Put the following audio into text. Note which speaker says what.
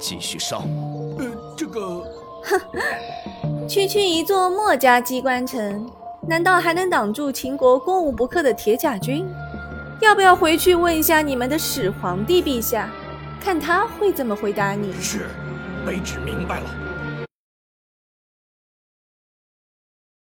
Speaker 1: 继续烧。
Speaker 2: 呃，这个
Speaker 3: 区区一座墨家机关城，难道还能挡住秦国攻无不克的铁甲军？要不要回去问一下你们的始皇帝陛下，看他会怎么回答你？
Speaker 2: 是，卑职明白了。